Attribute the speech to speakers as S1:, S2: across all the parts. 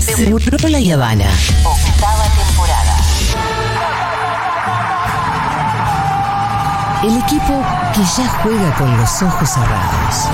S1: Segurola y Habana. Octava temporada. El equipo que ya juega con los ojos cerrados.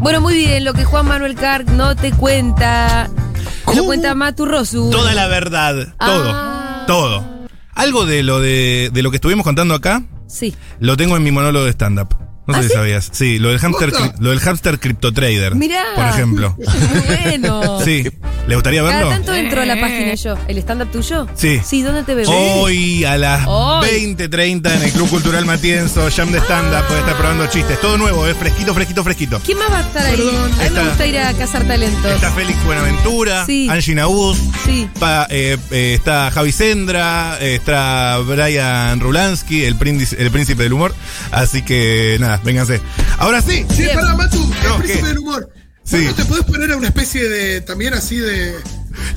S2: Bueno, muy bien, lo que Juan Manuel Carg no te cuenta. te Lo
S3: ¿Cómo?
S2: cuenta Matu Rosu.
S3: Toda la verdad,
S2: Ah.
S3: todo, todo. Algo de lo de, de lo que estuvimos contando acá,
S2: Sí.
S3: lo tengo en mi monólogo de stand up. No sé
S2: ¿Ah,
S3: si
S2: sí?
S3: sabías. Sí, lo del hamster,
S4: Posta.
S3: cri- lo del hamster crypto trader,
S2: Mirá.
S3: por ejemplo.
S2: Muy bueno.
S3: Sí, ¿le gustaría
S2: Cada
S3: verlo?
S2: tanto entro a la página yo. ¿El stand-up tuyo?
S3: Sí.
S2: Sí, ¿dónde te veo?
S3: Hoy a las
S2: Hoy.
S3: 20:30 en el Club Cultural Matienzo, jam de stand up, puede estar probando chistes, todo nuevo, es fresquito, fresquito, fresquito.
S2: ¿Quién más va a estar ahí?
S3: Perdón.
S2: a mí me
S3: Está-
S2: gusta ir a cazar talentos.
S3: Está Félix Buenaventura,
S2: Sí.
S3: Angie Naúz,
S2: Sí.
S3: Pa- eh, eh, está Javi Sendra, eh, está Brian Rulansky, el, príncipe- el príncipe del humor. Así que nada, vénganse. Ahora sí.
S4: Che,
S2: Bien.
S4: pará, Matu, el
S3: No,
S4: príncipe
S3: ¿qué?
S4: del humor. ¿Vos
S3: Sí.
S4: no te podés poner a una especie de. también así de.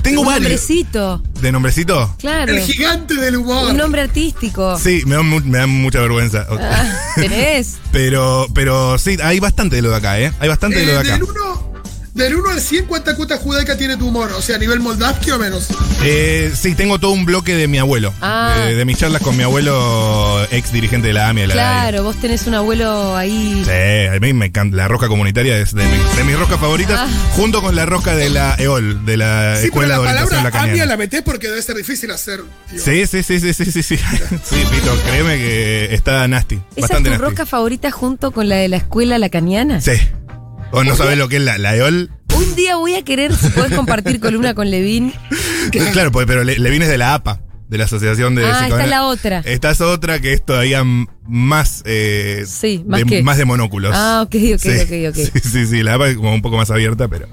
S3: Tengo
S2: Un
S3: varios.
S2: nombrecito.
S3: ¿De nombrecito?
S2: Claro.
S4: El gigante del humor.
S2: Un nombre artístico.
S3: Sí, me da, mu- me da mucha vergüenza.
S2: Ah, ¿Tenés?
S3: Pero, pero sí, hay bastante de lo de acá, ¿eh? Hay bastante
S4: Eh,
S3: de lo de acá.
S4: del 1 del uno al 100, ¿cuánta cuota judaica tiene tu humor? O sea, a nivel moldavski o menos.
S3: Eh, sí, tengo todo un bloque de mi abuelo.
S2: Ah.
S3: Eh, de mis charlas con mi abuelo, ex dirigente de la AMIA. y La AEI.
S2: Claro, vos tenés un abuelo ahí.
S3: Sí, a mí me encanta. La rosca comunitaria es de, mi- de mis roscas favoritas,
S2: Ah.
S3: junto con la rosca de la EOL, de
S4: Sí,
S3: la
S4: pero
S3: Escuela
S4: la
S3: de Orientación
S4: palabra
S3: Lacaniana.
S4: AMIA la metés porque debe ser difícil hacer. digo.
S3: Sí, sí, sí, sí, sí, sí, sí. Sí, Pito, créeme que está nasty.
S2: ¿Esa es tu
S3: bastante nasty.
S2: rosca favorita junto con la de la escuela lacaniana?
S3: Sí. O no sabés lo que es la, la EOL.
S2: Un día voy a querer si podés compartir columna con Levin.
S3: Claro, pues, pero le, le vienes de la APA, de la Asociación de Eh,
S2: Ah, está
S3: Psicoanal-
S2: la otra.
S3: Esta es otra que es todavía m- más, eh,
S2: Sí, ¿más
S3: de,
S2: qué?
S3: más de monóculos.
S2: Ah, ok, ok,
S3: Sí,
S2: ok, ok.
S3: Sí, sí, sí, la APA es como un poco más abierta, pero.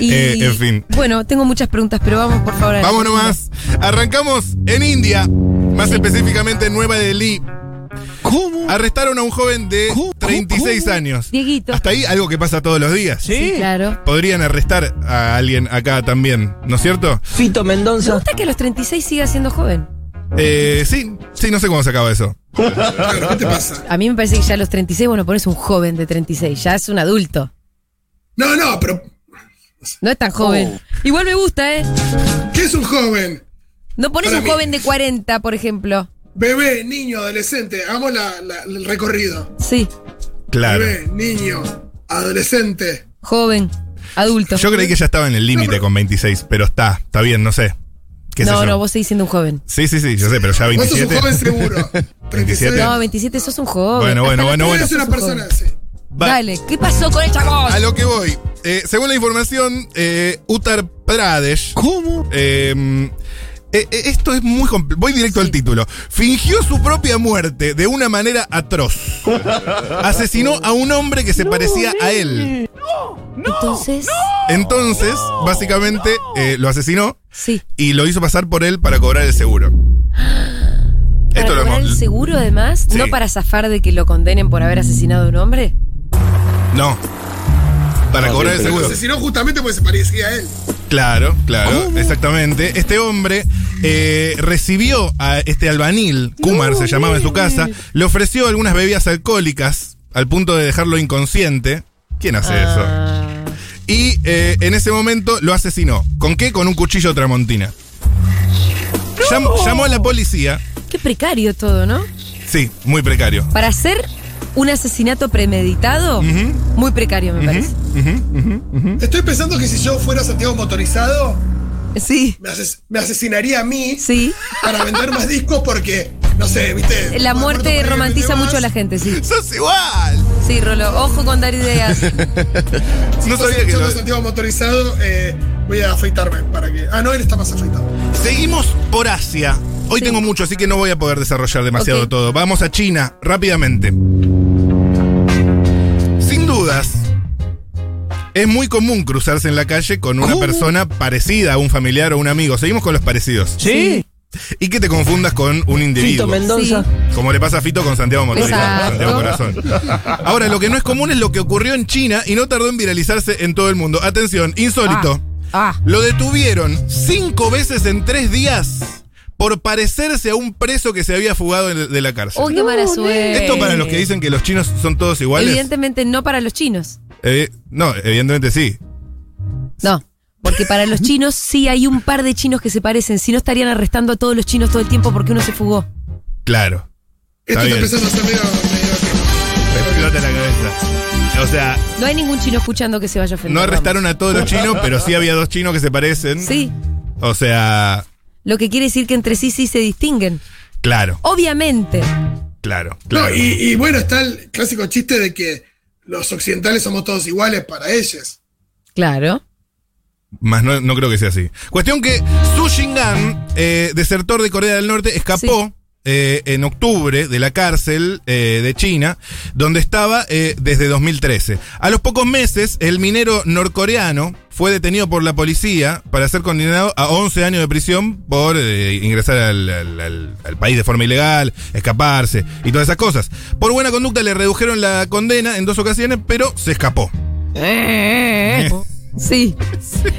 S2: Y,
S3: Eh, en fin.
S2: Bueno, tengo muchas preguntas, pero vamos por favor. a la
S3: Vamos
S2: columna.
S3: nomás. Arrancamos en India, más específicamente en Nueva Delhi.
S5: ¿Cómo?
S3: Arrestaron a un joven de
S5: ¿Cómo?
S3: 36
S5: ¿Cómo?
S3: años.
S2: Dieguito.
S3: Hasta ahí algo que pasa todos los días.
S2: Sí, claro.
S3: Podrían arrestar a alguien acá también, ¿no es cierto?
S5: Fito
S2: Me
S5: Mendoza.
S2: gusta que a los 36 siga siendo joven.
S3: Eh, sí, sí, no sé cómo se acaba eso.
S4: Claro, ¿Qué te pasa?
S2: A mí me parece que ya a los 36, bueno, pones un joven de 36, ya es un adulto.
S4: No, no, pero.
S2: No es
S3: Oh.
S2: tan joven. Igual me gusta, ¿eh?
S4: ¿Qué es un joven?
S2: No pones
S4: Para
S2: un
S4: mí-
S2: joven de 40, por ejemplo.
S4: Bebé, niño, adolescente. Hagamos la- la- el recorrido.
S2: Sí,
S3: Claro.
S4: Bebé, niño, adolescente.
S2: joven, adulto.
S3: Yo creí que ya estaba en el límite con 26, pero está, está bien, no sé. ¿Qué sé
S2: no,
S3: yo?
S2: no, vos seguís siendo un joven.
S3: Sí, sí, sí, yo sé, pero ya
S4: Vos sos un
S3: 27.
S4: joven seguro.
S3: 27.
S2: No, 27 sos un joven.
S3: Bueno,
S2: Hasta
S3: bueno,
S2: los
S3: bueno,
S2: 30
S3: bueno.
S4: Eres
S2: sos
S4: una
S2: un
S4: persona
S2: joven.
S4: así.
S3: Va.
S2: Dale, ¿qué pasó con el chabón?
S3: A lo que voy. Eh, según la información, eh, Uttar Pradesh
S5: ¿Cómo?
S3: Eh, eh, esto es muy compl- Voy directo
S2: Sí.
S3: al título. Fingió su propia muerte de una manera atroz. Asesinó a un hombre que se parecía a él.
S2: Entonces,
S3: Entonces, básicamente, eh, lo asesinó
S2: sí.
S3: y lo hizo pasar por él para cobrar el seguro.
S2: ¿Para
S3: Esto lo
S2: cobrar el
S3: hemos.
S2: seguro, además?
S3: Sí.
S2: ¿No para zafar de que lo condenen por haber asesinado a un hombre?
S3: No. Para
S6: No,
S3: cobrar
S6: sí,
S3: el
S6: pero-
S3: seguro.
S4: Asesinó justamente porque se parecía a él.
S3: Claro, claro, exactamente. Este hombre eh, recibió a este albanil, Kumar se llamaba en su casa, le ofreció algunas bebidas alcohólicas al punto de dejarlo inconsciente. ¿Quién hace
S2: Ah.
S3: eso? Y eh, en ese momento lo asesinó. ¿Con qué? Con un cuchillo tramontina. Llam- llamó a la policía.
S2: Qué precario todo, ¿no?
S3: Sí, muy precario.
S2: Para hacer un asesinato premeditado, muy precario, me parece. ¿Mm?
S4: Estoy pensando que si yo fuera Santiago motorizado,
S2: Sí,
S4: me, ases- me asesinaría a mí
S2: sí.
S4: para vender más discos porque, no sé, viste.
S2: La
S4: Me
S2: muerte
S4: muerto para que
S2: romantiza
S4: vende más.
S2: mucho a la gente, sí.
S3: ¡Sos igual!
S2: Sí, Rolo, ojo con dar ideas.
S3: No sabía
S4: Entonces,
S3: que
S4: yo
S3: lo...
S4: de Santiago motorizado eh, voy a afeitarme para que. Ah, no, él está más afeitado.
S3: Seguimos por Asia. Hoy
S2: Sí.
S3: tengo mucho, así que no voy a poder desarrollar demasiado
S2: Ok.
S3: todo. Vamos a China, rápidamente. Sin dudas, es muy común cruzarse en la calle con una
S2: Uh.
S5: ¿Cómo?
S3: persona parecida a un familiar o un amigo. Seguimos con los parecidos.
S5: ¿Sí?
S3: Y que te confundas con un
S5: Fito
S3: individuo.
S5: Mendoza.
S3: Como le pasa a Fito con Santiago Motorista,
S2: Exacto.
S3: Santiago Corazón. Ahora, lo que no es común es lo que ocurrió en China y no tardó en viralizarse en todo el mundo. Atención, insólito.
S2: Ah, ah.
S3: Lo detuvieron cinco veces en tres días por parecerse a un preso que se había fugado de de la cárcel.
S2: Uy, qué mala suerte.
S3: Esto para los que dicen que los chinos son todos iguales.
S2: Evidentemente no para los chinos.
S3: Evi- no, evidentemente sí.
S2: No. Porque para los chinos sí hay un par de chinos que se parecen. Si no estarían arrestando a todos los chinos todo el tiempo porque uno se fugó.
S3: Claro.
S4: Esto
S3: Está
S4: está
S3: bien.
S4: empezando a ser medio. medio-
S3: Me explota la cabeza. O sea,
S2: No hay ningún chino escuchando que se vaya a ofender.
S3: no arrestaron a todos los chinos, pero sí había dos chinos que se parecen.
S2: vamos. Sí.
S3: O sea,
S2: Lo que quiere decir que entre sí sí se distinguen.
S3: claro,
S2: Obviamente.
S3: claro,
S4: No,
S3: claro.
S4: y, y bueno, está el clásico chiste de que los occidentales somos todos iguales para ellos.
S2: Claro.
S3: Más no, no creo que sea así. Cuestión que Su Shingan, eh, desertor de Corea del Norte, escapó. eh, en octubre de la cárcel eh, de China, donde estaba eh, desde 2013. A los pocos meses, el minero norcoreano fue detenido por la policía para ser condenado a 11 años de prisión por eh, ingresar al, al- al- al país de forma ilegal, escaparse y todas esas cosas. Por buena conducta le redujeron la condena en dos ocasiones, pero se escapó.
S2: Sí.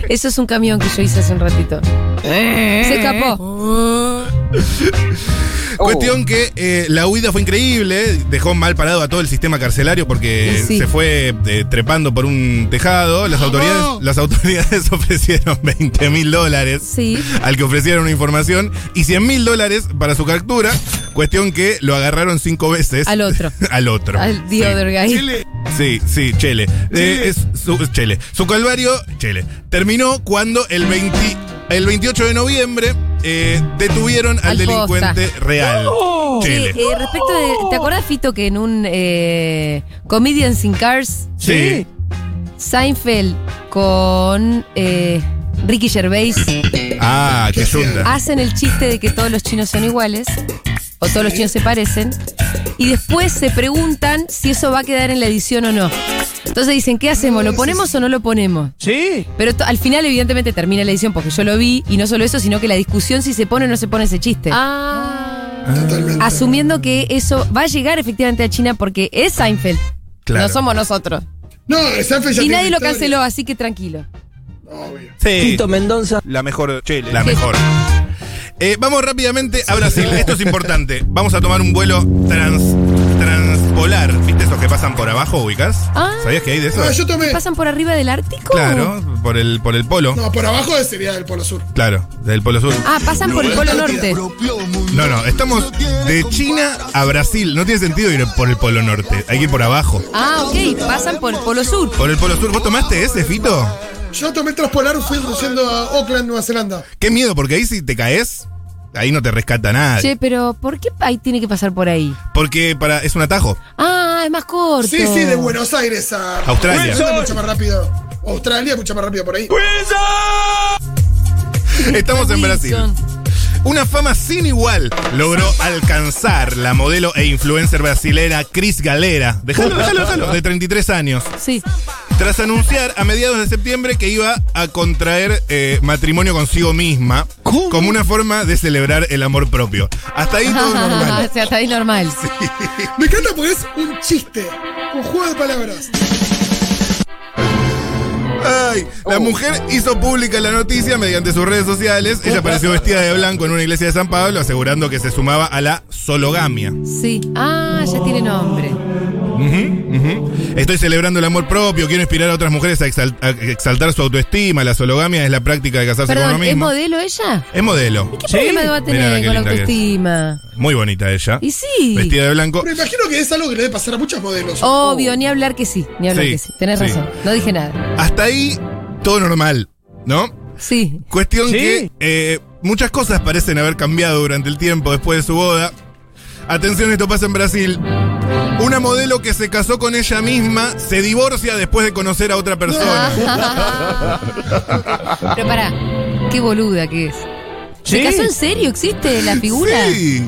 S2: Eso es un camión que yo hice hace un ratito. Se escapó. Oh.
S3: Cuestión que eh, la huida fue increíble, dejó mal parado a todo el sistema carcelario porque
S2: Y sí.
S3: se fue eh, trepando por un tejado. Las autoridades, las autoridades ofrecieron 20 mil dólares
S2: Sí.
S3: al que ofrecieron información y 100 mil dólares para su captura. Cuestión que lo agarraron cinco veces.
S2: Al otro.
S3: Al otro.
S2: Al Dio
S3: Sí.
S2: Dorgay.
S3: Sí, sí, Chele. Eh, es su, es Chele. Su calvario, Chele, terminó cuando el, 20 el 28 de noviembre eh, detuvieron al,
S2: Al
S3: delincuente real.
S2: Sí,
S3: Chele.
S2: eh, respecto de. ¿Te acuerdas, Fito, que en un eh, Comedians in Cars,
S3: Sí.
S2: Seinfeld con eh, Ricky Gervais eh,
S3: Ah, qué yunda.
S2: hacen el chiste de que todos los chinos son iguales o todos los chinos se parecen y después se preguntan si eso va a quedar en la edición o no. Entonces dicen, ¿qué hacemos? ¿Lo ponemos o no lo ponemos?
S5: Sí.
S2: Pero to- al final, evidentemente, termina la edición porque yo lo vi y no solo eso, sino que la discusión si se pone o no se pone ese chiste. Ah.
S4: Ah. Totalmente.
S2: Asumiendo que eso va a llegar efectivamente a China porque es Seinfeld.
S3: Claro.
S2: No somos nosotros.
S4: No, Seinfeld ya
S2: Y
S4: tiene
S2: nadie lo
S4: historia.
S2: canceló, así que tranquilo.
S4: Obvio.
S3: Sí,
S5: Tito Mendoza.
S3: la mejor Chele. La mejor. Eh, vamos rápidamente a Brasil. Esto es importante. Vamos a tomar un vuelo trans, transpolar. ¿Viste esos que pasan por abajo, ubicas?
S2: Ah.
S3: ¿Sabías que hay de esos?
S4: No, yo tomé.
S2: ¿Pasan por arriba del Ártico?
S3: Claro, por el, por el polo.
S4: No, por abajo sería del Polo Sur.
S3: Claro, del polo sur.
S2: Ah, pasan por el Polo Norte.
S3: No, no, estamos de China a Brasil. No tiene sentido ir por el polo norte. Hay que ir por abajo.
S2: Ah, ok, pasan por el Polo Sur.
S3: Por el polo sur. ¿Vos tomaste ese, Fito?
S4: Yo tomé el Transpolar y fui conduciendo a Auckland, Nueva Zelanda.
S3: Qué miedo, porque ahí si te caes, ahí no te rescata nada.
S2: Che, pero ¿por qué ahí tiene que pasar por ahí?
S3: Porque para, es un atajo.
S2: Ah, es más corto.
S4: Sí, sí, de Buenos Aires a
S3: Australia.
S4: Nueva Zelanda mucho más rápido. Australia mucho más rápido por ahí.
S3: Estamos en Brasil.
S2: Wilson.
S3: Una fama sin igual logró alcanzar la modelo e influencer brasilera Cris Galera. Déjalo, déjalo, déjalo. De 33 años.
S2: Sí.
S3: Tras anunciar a mediados de septiembre que iba a contraer eh, matrimonio consigo misma como una forma de celebrar el amor propio. Hasta ahí todo normal.
S2: Ah, o sea, está ahí normal.
S4: Me encanta porque es un chiste, un juego de palabras.
S3: Ay, la mujer hizo pública la noticia mediante sus redes sociales. Ella apareció vestida de blanco en una iglesia de San Pablo, asegurando que se sumaba a la sologamia.
S2: Sí. Ah, ya tiene nombre.
S3: Estoy celebrando el amor propio, quiero inspirar a otras mujeres a, exal- a exaltar su autoestima. La sologamia es la práctica de casarse con
S2: Perdón,
S3: uno
S2: ¿es
S3: mismo.
S2: modelo ella?
S3: Es modelo.
S2: ¿Qué problema va a tener
S3: Mirá qué
S2: con la
S3: linda que es.
S2: autoestima?
S3: Muy bonita ella.
S2: Y sí.
S3: Vestida de blanco.
S4: Pero imagino que es algo que le debe pasar a muchos modelos.
S2: Obvio, ni hablar que sí, ni hablar
S3: Sí,
S2: que sí. Tenés
S3: sí.
S2: razón, no dije nada.
S3: Hasta ahí, todo normal, ¿no?
S2: Sí,
S3: Cuestión
S5: Sí.
S3: que eh, muchas cosas parecen haber cambiado durante el tiempo después de su boda. Atención, esto pasa en Brasil. Una modelo que se casó con ella misma se divorcia después de conocer a otra persona.
S2: Ah, pero pará, qué boluda que es. ¿Se
S5: Sí.
S2: casó en serio? ¿Existe la figura?
S3: Sí,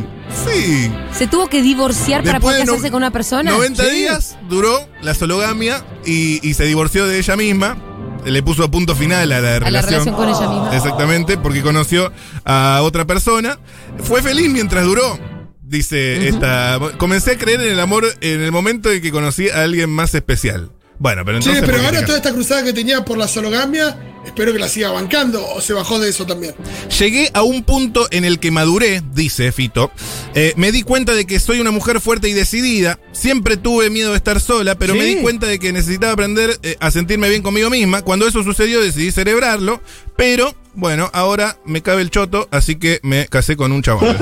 S3: sí.
S2: ¿Se tuvo que divorciar para
S3: Después
S2: poder
S3: de no-
S2: casarse con una persona?
S3: 90
S2: Sí.
S3: días duró la sologamia y, y se divorció de ella misma. Le puso punto final a la
S2: A la relación con ella misma.
S3: Exactamente, porque conoció a otra persona. Fue feliz mientras duró. Dice esta. Comencé a creer en el amor en el momento en que conocí a alguien más especial. Bueno, pero
S4: Che,
S3: entonces.
S4: pero
S3: ¿por qué
S4: ahora
S3: te-
S4: toda esta cruzada que tenía por la sologamia, espero que la siga bancando o se bajó de eso también.
S3: Llegué a un punto en el que maduré, dice Fito. Eh, me di cuenta de que soy una mujer fuerte y decidida. Siempre tuve miedo de estar sola, pero me
S5: Sí.
S3: di cuenta de que necesitaba aprender eh, a sentirme bien conmigo misma. Cuando eso sucedió decidí celebrarlo, pero bueno, ahora me cabe el choto, así que me casé con un chabón.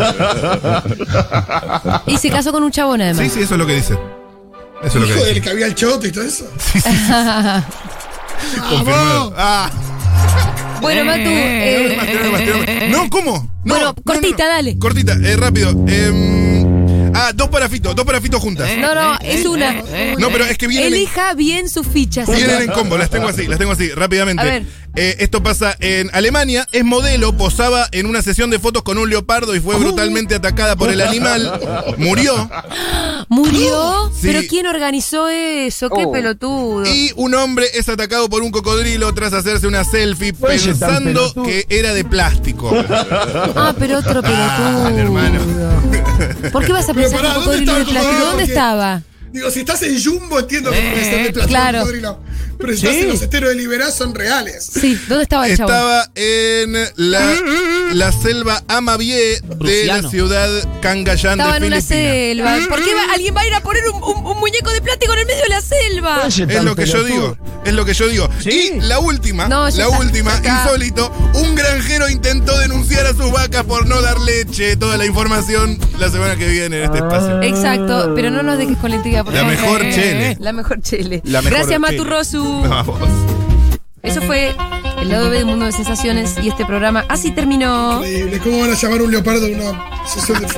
S2: Y se casó con un chabón además.
S3: sí, sí, eso es lo que dice. Eso es lo
S4: Hijo
S3: que
S4: del
S3: dice.
S4: que había el choto y todo eso.
S3: Confirmado. Ah,
S2: Bueno, Matu, eh,
S3: no, más, no, más. No, ¿cómo? No,
S2: Bueno,
S3: no, no,
S2: cortita,
S3: no.
S2: dale.
S3: Cortita, eh, rápido. Em, ah, dos para Fito, dos para Fito juntas.
S2: no, no, es una.
S3: No, pero es que vienen en-
S2: Elija bien sus fichas.
S3: Vienen en combo, las tengo así, las tengo así, rápidamente.
S2: A ver.
S3: Eh, esto pasa en Alemania, es modelo, posaba en una sesión de fotos con un leopardo y fue brutalmente atacada por el animal, murió,
S2: ¿Murió?
S3: Sí.
S2: ¿Pero quién organizó eso? ¡Qué
S5: Oh.
S2: pelotudo!
S3: y un hombre es atacado por un cocodrilo tras hacerse una selfie
S5: Oye, tan
S3: pensando
S5: pelotudo.
S3: que era de plástico.
S2: Ah, pero otro pelotudo.
S3: Ah, hermano.
S2: ¿Por qué vas a
S4: Pero
S2: pensar
S4: pará,
S2: que un
S4: ¿dónde
S2: cocodrilo de
S4: estaba el
S2: plástico? ¿Dónde
S4: cocodrilo?
S2: estaba?
S4: Digo, si estás en Jumbo entiendo que puede ser de plástico,
S2: Eh. claro.
S4: cocodrilo. Pero si estás
S5: Sí.
S4: en los esteros de Liberá son reales.
S2: Sí, ¿dónde estaba el chabón?
S3: Estaba en la, la selva Amavie de la
S5: Rusiano.
S3: ciudad Cangayán de
S2: Estaba en una
S3: Filipinas.
S2: selva. ¿Por qué va- alguien va a ir a poner un, un- un muñeco de plástico en el medio de la selva?
S3: Es lo que yo digo, es lo que yo digo.
S5: Sí.
S3: Y la última,
S2: No, ya
S3: la
S2: está,
S3: última,
S2: ya está.
S3: insólito, un granjero intentó denunciar a sus vacas por no dar leche. Toda la información la semana que viene en este espacio.
S2: Exacto, pero no nos dejes con la intriga. por
S3: La
S2: favor. Eh,
S3: mejor chele.
S2: La mejor chele.
S3: La mejor
S2: Gracias, Matu
S3: chele.
S2: Rosu.
S3: Vamos.
S2: Eso fue el lado B del mundo de sensaciones y este programa así terminó.
S4: Increíble, ¿cómo van a llamar un leopardo a una sesión de fotos?